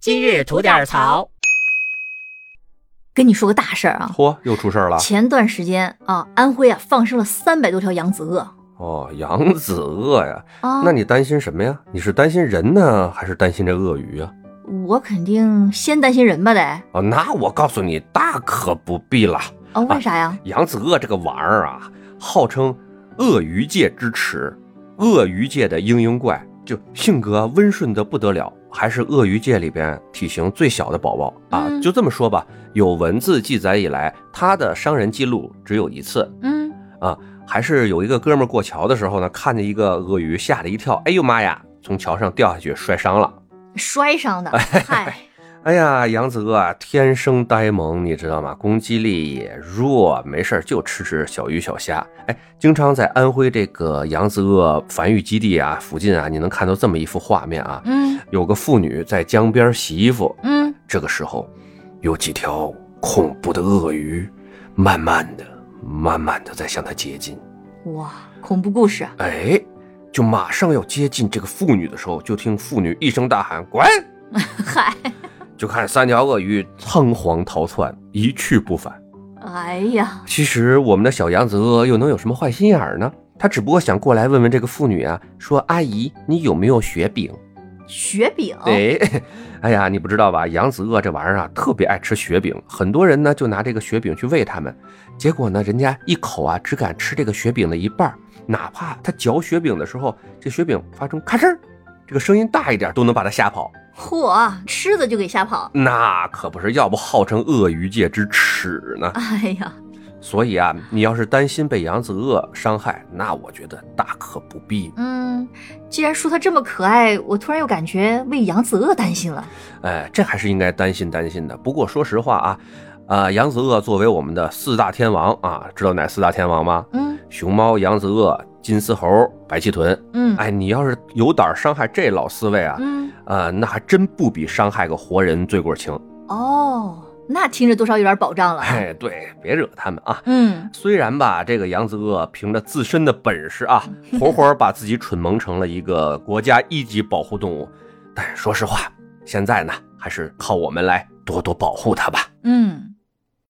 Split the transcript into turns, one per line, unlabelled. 今日吐点槽。
跟你说个大事儿啊！
嚯，又出事儿了！
前段时间啊，安徽啊放生了三百多条扬子鳄
哦，扬子鳄呀，
啊。
那你担心什么呀？你是担心人呢，还是担心这鳄鱼啊？
我肯定先担心人吧得
哦，那我告诉你，大可不必了。
啊？为啥呀？
扬子鳄这个玩意儿啊，号称鳄鱼界之耻，鳄鱼界的嘤嘤怪，就性格温顺的不得了，还是鳄鱼界里边体型最小的宝宝啊。
嗯
就这么说吧，有文字记载以来，它的伤人记录只有一次，
嗯，
还是有一个哥们儿过桥的时候呢，看见一个鳄鱼，吓了一跳，哎呦妈呀，从桥上掉下去摔伤了。
摔伤的，嗨，
哎呀，扬子鳄啊，天生呆萌，你知道吗？攻击力也弱，没事儿就吃吃小鱼小虾。哎，经常在安徽这个扬子鳄繁育基地啊附近啊，你能看到这么一幅画面啊，
嗯
有个妇女在江边洗衣服，
嗯，
这个时候，有几条恐怖的鳄鱼，慢慢的、慢慢的在向她接近。
哇，恐怖故事啊，
哎，就马上要接近这个妇女的时候，就听妇女一声大喊：“滚！”
嗨，
就看三条鳄鱼仓皇逃窜，一去不返。
哎呀，
其实我们的小扬子鳄又能有什么坏心眼儿呢？他只不过想过来问问这个妇女啊，说：“阿姨，你有没有雪饼
雪饼？”，
哎， 哎呀，你不知道吧？扬子鳄这玩意儿啊，特别爱吃雪饼，很多人呢就拿这个雪饼去喂它们。结果呢，人家一口啊只敢吃这个雪饼的一半儿，哪怕它嚼雪饼的时候，这雪饼发出咔哧儿，这个声音大一点儿都能把它吓跑。
嚯，吃的就给吓跑，
那可不是，要不号称鳄鱼界之耻呢。
哎呀，
所以啊，你要是担心被扬子鳄伤害，那我觉得大可不必。
嗯，既然说它这么可爱，我突然又感觉为扬子鳄担心了，
哎，这还是应该担心担心的。不过说实话啊，呃，扬子鳄作为我们的四大天王啊，知道哪四大天王吗？
嗯
熊猫、扬子鳄、金丝猴、白鳍豚。
嗯
哎，你要是有胆儿伤害这老四位啊，
嗯，
呃，那还真不比伤害个活人罪过轻。
哦，那听着多少有点保障了啊，
哎，对，别惹他们啊。
嗯，
虽然吧，这个扬子鳄凭着自身的本事啊，
嗯
活活把自己蠢萌成了一个国家一级保护动物，但是说实话，现在呢，还是靠我们来多多保护它吧。
嗯。